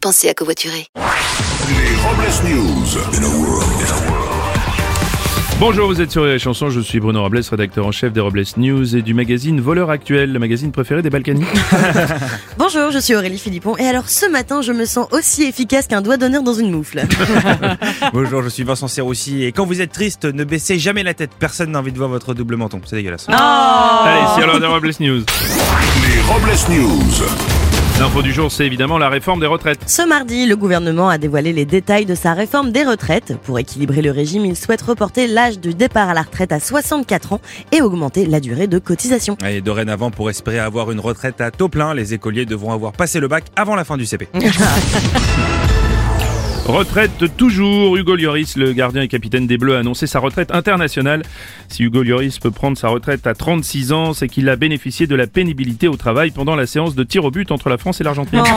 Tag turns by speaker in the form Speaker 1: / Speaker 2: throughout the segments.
Speaker 1: Pensez à covoiturer.
Speaker 2: Les Robles News.
Speaker 3: Bonjour, vous êtes sur les chansons, je suis Bruno Robles, rédacteur en chef des Robles News et du magazine Voleur Actuel, le magazine préféré des Balkany.
Speaker 4: Bonjour, je suis Aurélie Philippon et alors ce matin je me sens aussi efficace qu'un doigt d'honneur dans une moufle.
Speaker 5: Bonjour, je suis Vincent Serroussi et quand vous êtes triste, ne baissez jamais la tête. Personne n'a envie de voir votre double menton. C'est dégueulasse.
Speaker 3: Allez, c'est alors des Robles News.
Speaker 2: Les Robles News.
Speaker 3: L'info du jour, c'est évidemment la réforme des retraites.
Speaker 4: Ce mardi, le gouvernement a dévoilé les détails de sa réforme des retraites. Pour équilibrer le régime, il souhaite reporter l'âge du départ à la retraite à 64 ans et augmenter la durée de cotisation.
Speaker 5: Et dorénavant, pour espérer avoir une retraite à taux plein, les écoliers devront avoir passé le bac avant la fin du CP.
Speaker 3: Retraite toujours. Hugo Lloris, le gardien et capitaine des Bleus, a annoncé sa retraite internationale. Si Hugo Lloris peut prendre sa retraite à 36 ans, c'est qu'il a bénéficié de la pénibilité au travail pendant la séance de tir au but entre la France et l'Argentine.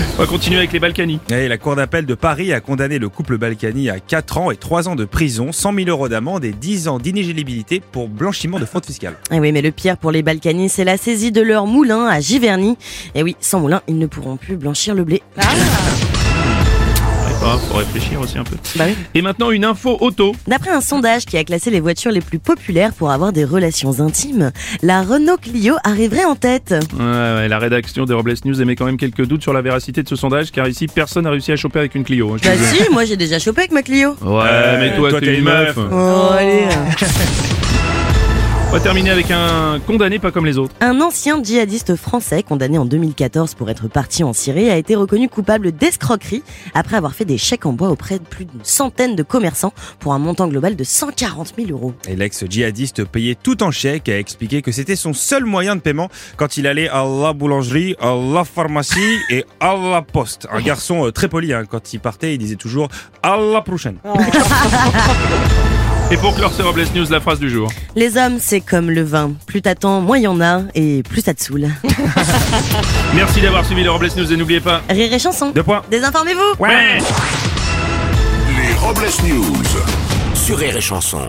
Speaker 4: Oh.
Speaker 3: On va continuer avec les Balkany.
Speaker 5: Et la cour d'appel de Paris a condamné le couple Balkany à 4 ans et 3 ans de prison, 100 000 euros d'amende et 10 ans d'inéligibilité pour blanchiment de fraude fiscale.
Speaker 4: Et Eh oui, mais le pire pour les Balkany, c'est la saisie de leur moulin à Giverny. Et oui, sans moulin, ils ne pourront plus blanchir le blé.
Speaker 3: Ouais, bah, faut réfléchir aussi un peu. Et maintenant, une info auto.
Speaker 4: D'après un sondage qui a classé les voitures les plus populaires pour avoir des relations intimes, la Renault Clio arriverait en tête.
Speaker 3: Ouais, ouais, la rédaction des Robles News émet quand même quelques doutes sur la véracité de ce sondage, car ici, personne n'a réussi à choper avec une Clio. hein, je te
Speaker 4: Bah
Speaker 3: jure.
Speaker 4: si, moi j'ai déjà chopé avec ma Clio.
Speaker 3: Ouais, mais Euh, toi,
Speaker 5: Euh, toi,
Speaker 3: t'es
Speaker 5: t'es
Speaker 3: une
Speaker 5: une
Speaker 3: meuf.
Speaker 4: Oh, allez.
Speaker 3: On va terminer avec un condamné pas comme les autres.
Speaker 4: Un ancien djihadiste français condamné en 2014 pour être parti en Syrie a été reconnu coupable d'escroquerie après avoir fait des chèques en bois auprès de plus d'une centaine de commerçants pour un montant global de 140 000 euros.
Speaker 5: Et l'ex-djihadiste payé tout en chèque a expliqué que c'était son seul moyen de paiement quand il allait à la boulangerie, à la pharmacie et à la poste. Un garçon euh, très poli, hein, quand il partait, il disait toujours à la prochaine.
Speaker 3: Et pour clore ces Robles News, la phrase du jour.
Speaker 4: Les hommes, c'est comme le vin. Plus t'attends, moins y en a et plus ça te saoule.
Speaker 3: Merci d'avoir suivi les Robles News et n'oubliez pas.
Speaker 4: Rire et chanson.
Speaker 5: Deux points.
Speaker 4: Désinformez-vous
Speaker 3: Ouais.
Speaker 2: Les Robles News. Sur Rire et Chanson.